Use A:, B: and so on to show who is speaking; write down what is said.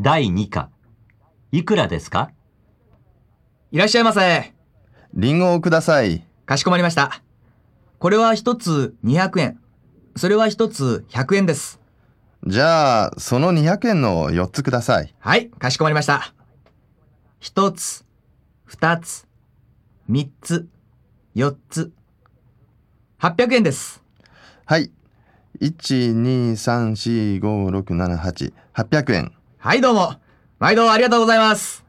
A: 第2課。いくらですか
B: いらっしゃいませ。
C: リンゴをください。
B: かしこまりました。これは一つ200円。それは一つ100円です。
C: じゃあ、その200円の4つください。
B: はい、かしこまりました。一つ、二つ、三つ、四つ。800円です。
C: はい。1,2,3,4,5,6,7,8,800円。
B: はい、どうも。毎度ありがとうございます。